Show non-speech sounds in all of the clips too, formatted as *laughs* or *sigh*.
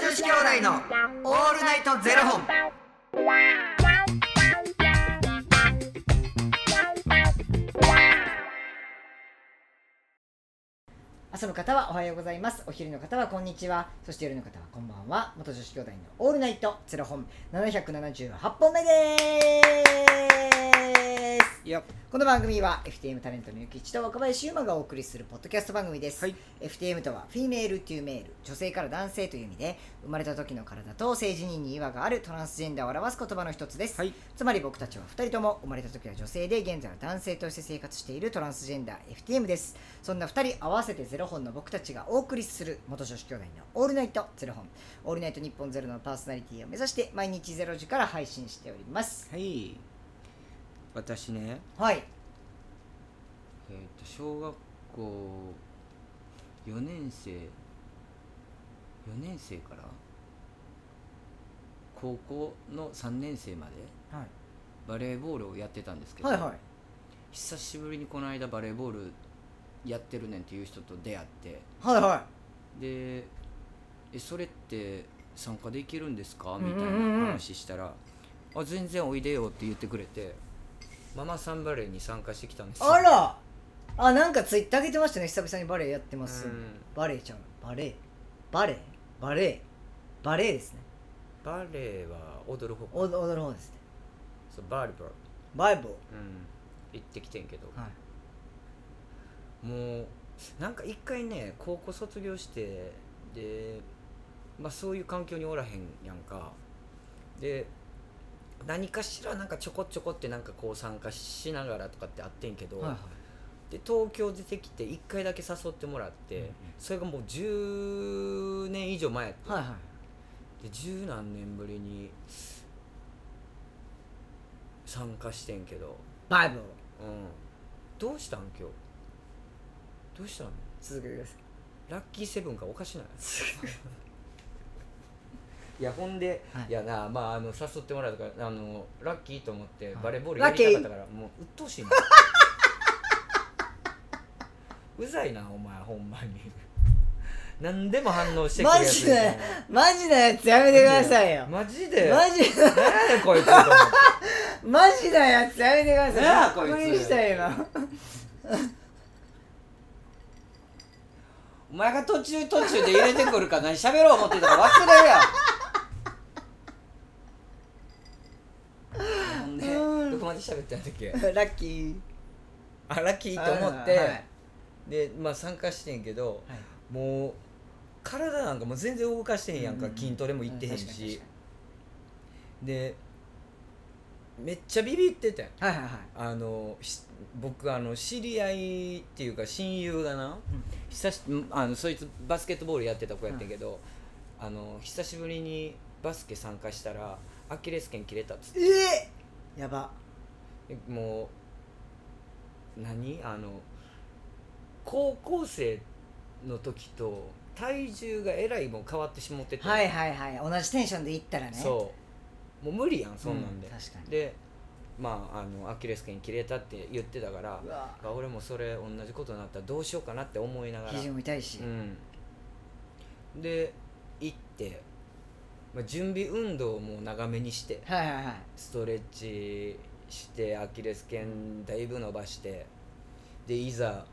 子兄弟のオールナイトゼロ本。朝の方はおはようございますお昼の方はこんにちはそして夜の方はこんばんは元女子兄弟のオールナイトゼロ本778本目ですいや、この番組は FTM タレントのゆきちと若林優馬がお送りするポッドキャスト番組です、はい FTM とはフィメールというメール女性から男性という意味で生まれた時の体と性自認に違和があるトランスジェンダーを表す言葉の一つです、はいつまり僕たちは2人とも生まれた時は女性で現在は男性として生活しているトランスジェンダー FTM ですそんな2人合わせてゼロ本の僕たちがお送りする元女子兄弟の「オールナイトゼロ本」「オールナイト日本ゼロのパーソナリティを目指して毎日ゼロ時から配信しておりますはい。私ね、はいえー、と小学校4年生4年生から高校の3年生まではバレーボールをやってたんですけいど、はいはい久しぶりにこの間バレーボールやってるねんっていう人と出会ってはいはでえそれって参加できるんですかうんうんみうんたいうんな話したら、あ全然おいでよって言ってくれてママさんバレーに参加してきたんですよあらあなんかツイッター上げてましたね久々にバレエやってます、うんバレエちゃんバレエバレエバレエバレエですねバレーは踊る方お踊る方ですねそうバールババー、イブルうん、行ってきてんけど、はいもうなんか一回ね高校卒業してで、まあ、そういう環境におらへんやんかで何かしらなんかちょこちょこってなんかこう参加しながらとかってあってんけど、はいはいで東京出てきて一回だけ誘ってもらって、うんうんそれがもう10年以上前やって、はいはいで十何年ぶりに参加してんけど、バイブルうん、どうしたん今日どうしたの続けてくださいラッキーセブンがおか *laughs* しないいやほんで、はいい、やなまああの誘ってもらうからあのラッキーと思ってはいバレーボールラやッキーりたかったから、もう鬱 *laughs* 陶しいなうざいなお前ほんまに何でも反応してくるやマつジでマジなやつやめてくださいよマジでマジな何やねんこいつと思ってマジなやつやめてくだねさいえこいびつっくりしたよ今お前が途中途中で入れてくるから何喋ろう思ってたか忘れるやんほんうんでどこまで喋ってたんだっけラッキーあラッキーと思っはて、いはいでまあ参加してんけどもう体なんかもう全然動かしてへんやんか、うう筋トレも行ってへんう確かにし確、でめっちゃビビっててんかにはいはいはいあのし僕あの知り合いっていうか親友がな、うん久しんあのそいつバスケットボールやってた子やってんけど、あの久しぶりにバスケ参加したらアキレス腱切れたっつっええやばてもう何あの高校生の時と体重がえらいもう変わってしもってて、はいはいはい同じテンションで行ったらねそうもう無理やんそんなんで、う確かにでまああのアキレス腱切れたって言ってたからうわあ俺もそれ同じことになったらどうしようかなって思いながら肘も痛いしうん、で行って、まあ、準備運動をもう長めにしてはいはいはいストレッチしてアキレス腱だいぶ伸ばしてでいざ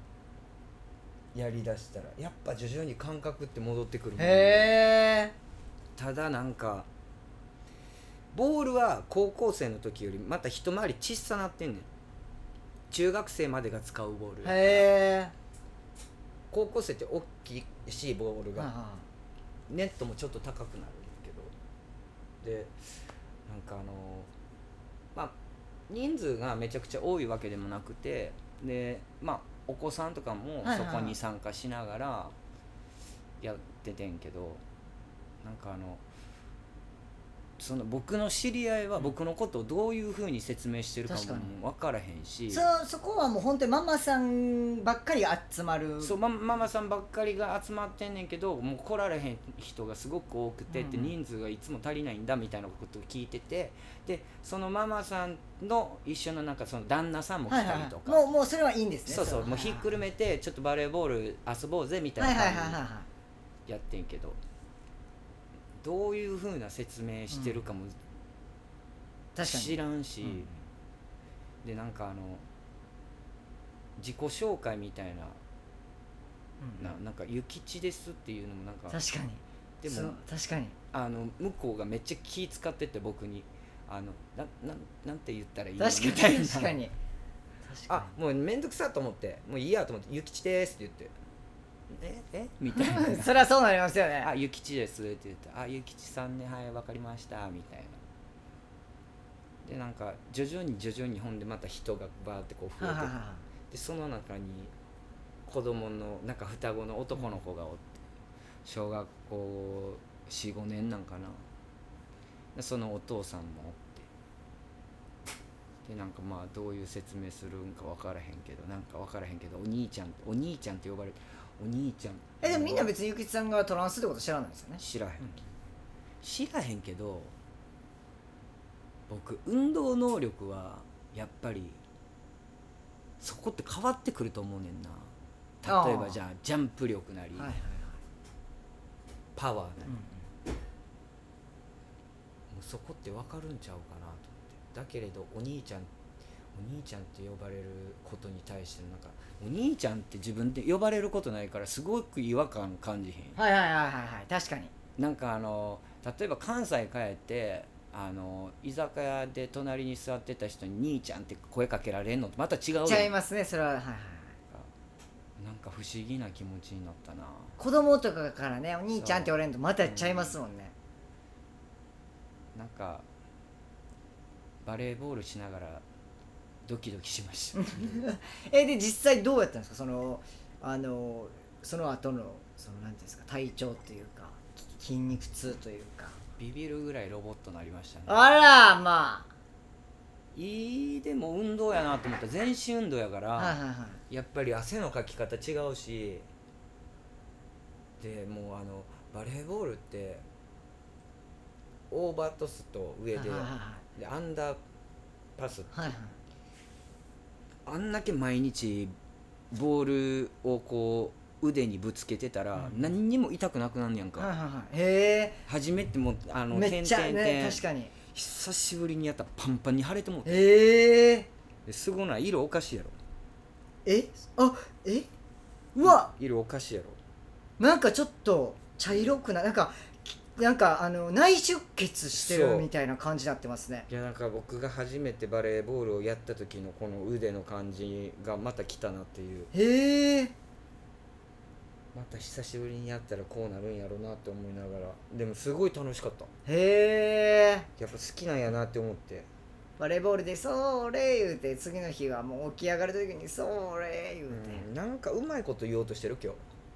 やりだしたらやっぱ徐々に感覚って戻ってくるもんねへえただなんかボールは高校生の時よりまた一回り小さなってんねん中学生までが使うボールやからへえ高校生って大きいしボールはいがはネットもちょっと高くなるんだけどでなんかあのまあ人数がめちゃくちゃ多いわけでもなくてでまあお子さんとかもはいはいそはいこに参加しながらやっててんけど、なんかあのその僕の知り合いは僕のことをどういうふうに説明してるかも確かに分からへんしいそそこはもう本当にママさんばっかりが集まるそうマママさんばっかりが集まってんねんけどもう来られへん人がすごく多くて、うんうんって人数がいつも足りないんだみたいなことを聞いててでそのママさんの一緒のなんかその旦那さんも来はいはたいりはいとか、もうもうそれはいいんですねそうそうれはもうひっくるめてちょっとバレーボール遊ぼうぜみたはいいなはい感はいはいはいじやってんけど、どういうふうな説明してるかも確か知にらんし、うんでなんかあの自己紹介みたいな,、うんななんか「諭吉です」っていうのもなんか確かにでそもう確かにあの向こうがめっちゃ気使ってて僕にあのなななんて言ったらいいの確 *laughs* みかたいにな確かに確あかもう面倒くさと思ってもういいやと思って「諭吉です」って言って「ええみたい *laughs* なに *laughs* そりゃそうなりますよねあ、ゆきちですって言って、あ、ゆきちさんね、はい、わかりました、みたいな。で、なんか、徐々に徐々に、ほんで、また人がバーってこう増えはてはっはて、はで、その中に、子供の、なんか双子の男の子がおって、小学校4、5年なんかな。で、そのお父さんもおって。で、なんかまあ、どういう説明するんかわからへんけど、なんかわからへんけど、お兄ちゃんって、お兄ちゃんって呼ばれて、お兄ちゃん。えでもみんな別にゆきちさんがトランスってこと知らないですよね知らへん、知らへんけど僕運動能力はやっぱりそこって変わってくると思うねんな例えあばーじゃあジャンプ力なり、はいはいはいパワーなり、うんもうそこって分かるんちゃうかなと思ってだけれどお兄ちゃんお兄ちゃんって呼ばれることに対してなんかお兄ちゃんって自分で呼ばれることないからすごく違和感感じへんはいはいはいはいはい確かになんかあの例えば関西帰ってあの居酒屋で隣に座ってた人に「兄ちゃん」って声かけられんのとまた違うやん違いますねそれははいはいはいなんか不思議な気持ちになったな子供とかからねお兄ちゃんって言われるとまたやっちゃいますもんねなんかバレーボールしながらドキドキし *laughs* ましたえで実際どうやったんですかそのあのその後のそのなんていうんですか体調というかき筋肉痛というかビビるぐらいロボットになりましたねあらまいいでも運動やなと思った全身運動やから、あはいはいはいやっぱり汗のかき方違うしでもうあのバレーボールってオーバートスと上はいではいはいでアンダーパスはいはいあんだけ毎日ボールをこう腕にぶつけてたらうん何にも痛くなくなんねやんはいはかいはいへ初めてもうあえのめっちゃてんてんてんね確かに久しぶりにやったらパンパンに腫れてもうてへえですごない色おかしいやろえあえうわ色おかしいやろなんかちょっと茶色くななんかきなんかあの内出血してそるうみたいな感じになってますねいやなんか僕が初めてバレーボールをやった時のこの腕の感じがまた来たなっていうへえまた久しぶりにやったらこうなるんやろうなって思いながらでもすごい楽しかったへえやっぱ好きなんやなって思ってバレーボールで「それ」言うて次の日はもう起き上がる時に「それ」言うて、うんなんかうまいこと言おうとしてる今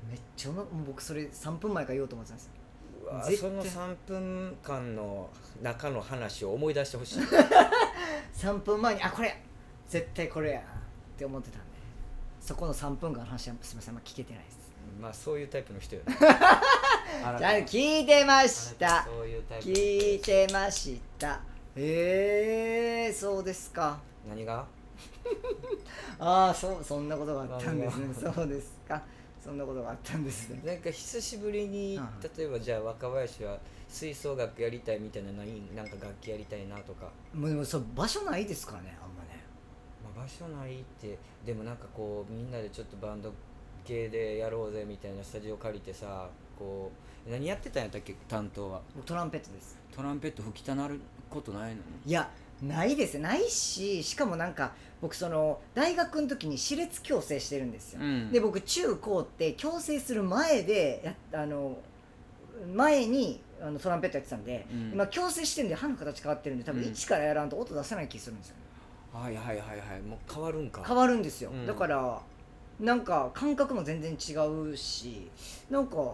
めっちゃうまくもう僕それ3分前から言おうと思ってたんです日うわ絶そ対の3分間の中の話を思い出して *laughs* ほしい3分前に「あこれや絶対これや」って思ってたんでそこの3分間の話はすみませんあんま聞けてないですまあそういうタイプの人よ *laughs* ねあなじたゃあ聞いてましあなたたそういうタイプの人聞いてましたへえそうですか何がああそうそんなことがあったんですあねそうですかそんなことがあったんですねなんか久しぶりにうん例えばじゃあ若林は吹奏楽やりたいみたいなないなんか楽器やりたいなとか、もうでもそう場所ないですからねあんまねまあ、場所ないってでもなんかこうみんなでちょっとバンド系でやろうぜみたいなスタジオ借りてさこう何やってたんやったっけ担当は僕トランペットですトランペット吹きたなることないのいやないですないししかもなんか僕その大学の時に歯列矯正してるんですよ、うんで僕中高って矯正する前でやっあの前にあのトランペットやってたんで、うん今矯正してるんで歯の形変わってるんで多分うん一からやらんと音出せない気するんですよね、はいはいはいはいもう変わるんか変わるんですよ、うんだからなんか感覚も全然違うしなんか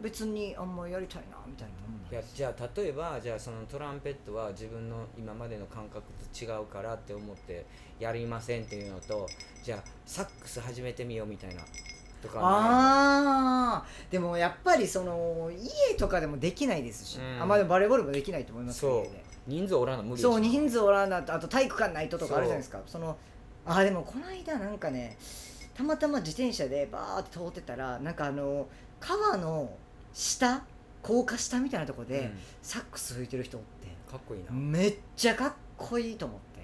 別にあんまやりたいなみたいなのもないいやじゃあ例えばじゃあそのトランペットは自分の今までの感覚と違うからって思ってやりませんっていうのとじゃあサックス始めてみようみたいなとかはあーでもやっぱりその家とかでもできないですし、うんあまあでもバレーボールもできないと思いないますけそどう人数おらんの無理でしょそう人数おらんなとあと体育館ないととかあるじゃないですかそのあーでもこの間なんかねたまたま自転車でバーって通ってたらなんかあの川の下高架下みたいなとこで、うんサックス吹いてる人おってかっこいいな、めっちゃかっこいいと思って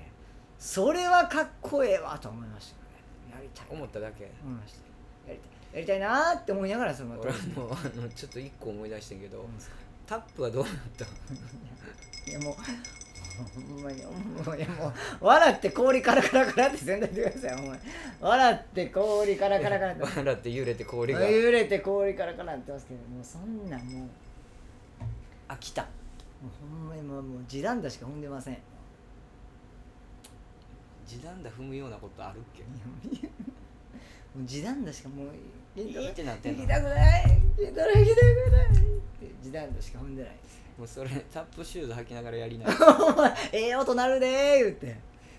それはかっこええわと思いましたよねやりたい思っただけ思いましたやりたいやりたいなーって思いながらその俺もあのちょっと一個思い出してんけど、うんすかタップはどうなったいやもうほんまにもういやもう笑って氷カラカラカラって全体でくださいお前笑って氷カラカラカラって笑って揺れて氷が揺れて氷カラカラってますけどもうそんなんもうもあ来たうほんまにもうもう地団打しか踏んでませんいや時短だ踏むようなことあるっけもういやもう地団打しかもういいってなってんの行きたくない行きたくない行きたくないって地団打しか踏んでない *laughs* ですもうそれタップシューズ履きながらやりな *laughs* お前ええ音鳴るでー言って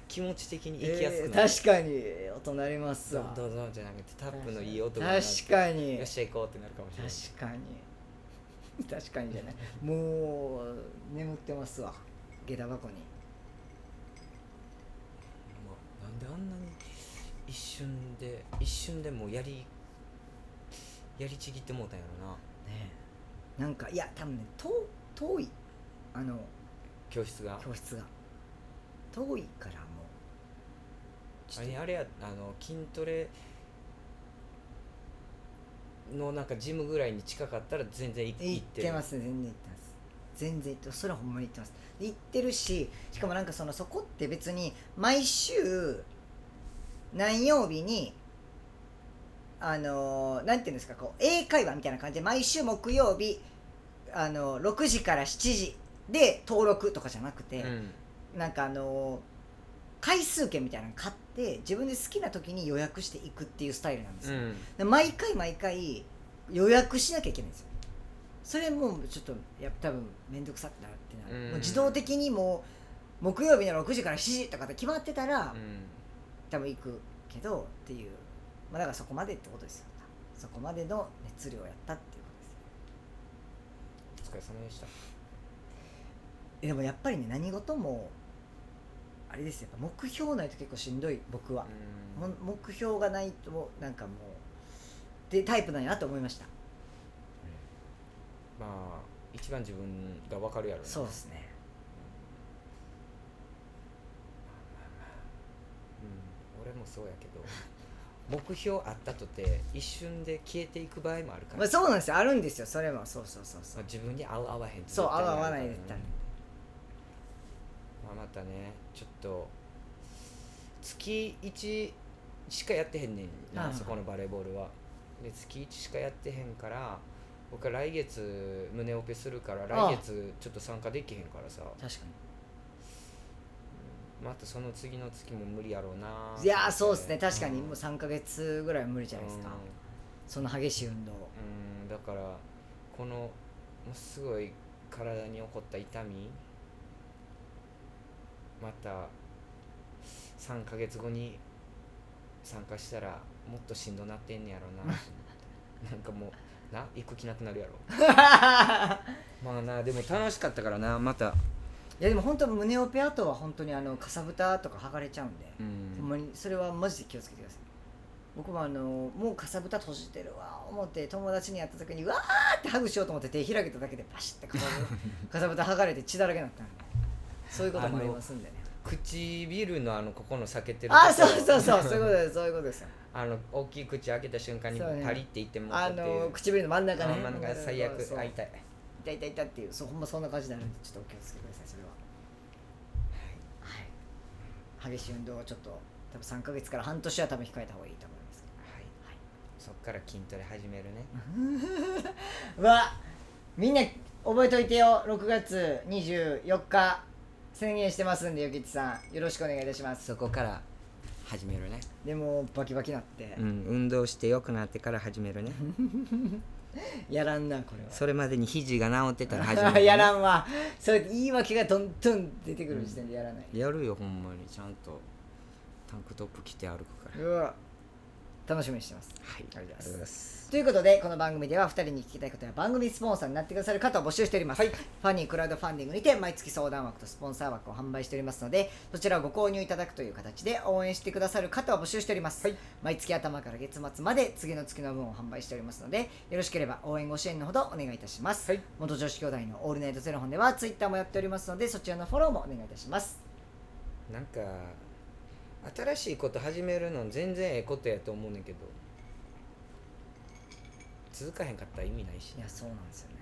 気持ち的に行きやすくえなる、ー確かにええ音鳴りますわどうぞどうぞじゃなくてタップのいい音が鳴って確かによっしゃ行こうってなるかもしれない確かに確かにじゃないもう眠ってますわ下駄箱にもうなんであんなに一瞬で一瞬でもうやりやりちぎってもうたんやろなねえなんかいや多分ね遠遠いあの教室が教室が遠いからもうあっれとあれやあの筋トレのなんかジムぐらいに近かったら全然い行行っってるてますね全然行ってます全然行ってそれはほんまに行ってますで行ってるししかもなんかそのそこって別に毎週何曜日にあのーなんていうんですかこう英会話みたいな感じで毎週木曜日あのー6時から7時で登録とかじゃなくて、うんなんかあのー回数券みたいなの買って自分で好きな時に予約していくっていうスタイルなんですよ、うんで毎回毎回予約しなきゃいけないんですよそれもうちょっとやっぱ多分面倒くさってなるってなる、うんもう自動的にもう木曜日の6時から7時とかって決まってたら、多分行くけどっていうまあだからそこまでってことですよそこまでの熱量をやったっていうことですよお疲れ様でしたえでもやっぱりね何事もあれですよやっぱ目標ないと結構しんどい僕は、うもん目標がないともうなんかもうでタイプなんやなと思いましたまあ一番自分が分かるやろなそうですねうん、俺もそうやけ *laughs* ど目標あったとて一瞬で消えていく場合もあるから、まあ、そうなんですよあるんですよそれもそうそうそうそまあう自分に合う合わへんってそう絶対合う合わあるかならい絶対まあ、またねちょっと月1しかやってへんねんな、はいはいそこのバレーボールはで月1しかやってへんから僕は来月胸オペするからああ来月ちょっと参加できへんからさ確かまたその次の月も無理やろうなにいやーそうですねと思っ確かにんもう3か月ぐらい無理じゃないですか、うんその激しい運動うんだからこのもうすごい体に起こった痛みまた3ヶ月後に参加したらもっとしんどなってんねやろ *laughs* ななんかもうな行く気なくなるやろまあなでも楽しかったからなまたいやでも本当胸オペ後は本当にあのかさぶたとか剥がれちゃうんで、うほんんまにそれはマジで気をつけてください僕もあのもうかさぶた閉じてるわ思って友達にやった時にうわーってハグしようと思って手開けただけでパシッて *laughs* かさぶかさぶた剥がれて血だらけになったんでそういうこともありますんでね唇のあのここの裂けてるあとこそうそうそうそういうことですそういうこと *laughs* ですよあの大きい口開けた瞬間にそうねパリっていってもうあこうやっての唇の真ん中ねあ真ん中最悪そう会いたい痛い痛い痛いっていうそうほんまそんな感じになるんでちょっとお気をつけくださいそれははい、激しい運動はちょっと多分3か月から半年は多分控えた方がいいと思いますはい、そっから筋トレ始めるね、うわみんな覚えといてよ6月24日宣言してますんでゆきちさんよろしくお願いいたしますそこから始めるね、でもバキバキなって、うん、運動して良くなってから始めるねやらんなこれはそれまでに肘が治っ *laughs* てたら始める、やらんわそれ言い訳がどんどん出てくる時点でやらない、やるよほんまにちゃんとタンクトップ着て歩くかうわ楽しみにしてますはいありがとうございますすということでこの番組では2人に聞きたいことや番組スポンサーになってくださる方を募集しております、はいファニークラウドファンディングにて毎月相談枠とスポンサー枠を販売しておりますのでそちらをご購入いただくという形で応援してくださる方を募集しております、はい毎月頭から月末まで次の月の分を販売しておりますのでよろしければ応援ご支援のほどお願いいたします、はい元女子兄弟のオールナイトゼロ本ではツイッターもやっておりますのでそちらのフォローもお願いいたしますなんか新しいこと始めるの全然ええことやと思うねんけど続かへんかったら意味ないしいやそうなんですよね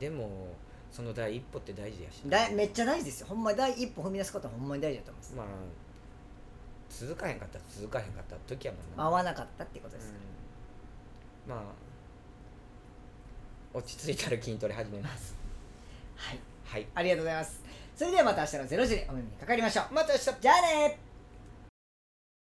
でもその第一歩って大事やしだいめっちゃ大事ですよほんまに第一歩踏み出すことはほんまに大事だと思います、まあ続かへんかったら続かへんかった時やもんな合わなかったっていうことです、うんまあ落ち着いたら筋トレ始めます *laughs* はいはいありがとうございます。それではまた明日の0時にお目にかかりましょう。また明日じゃあね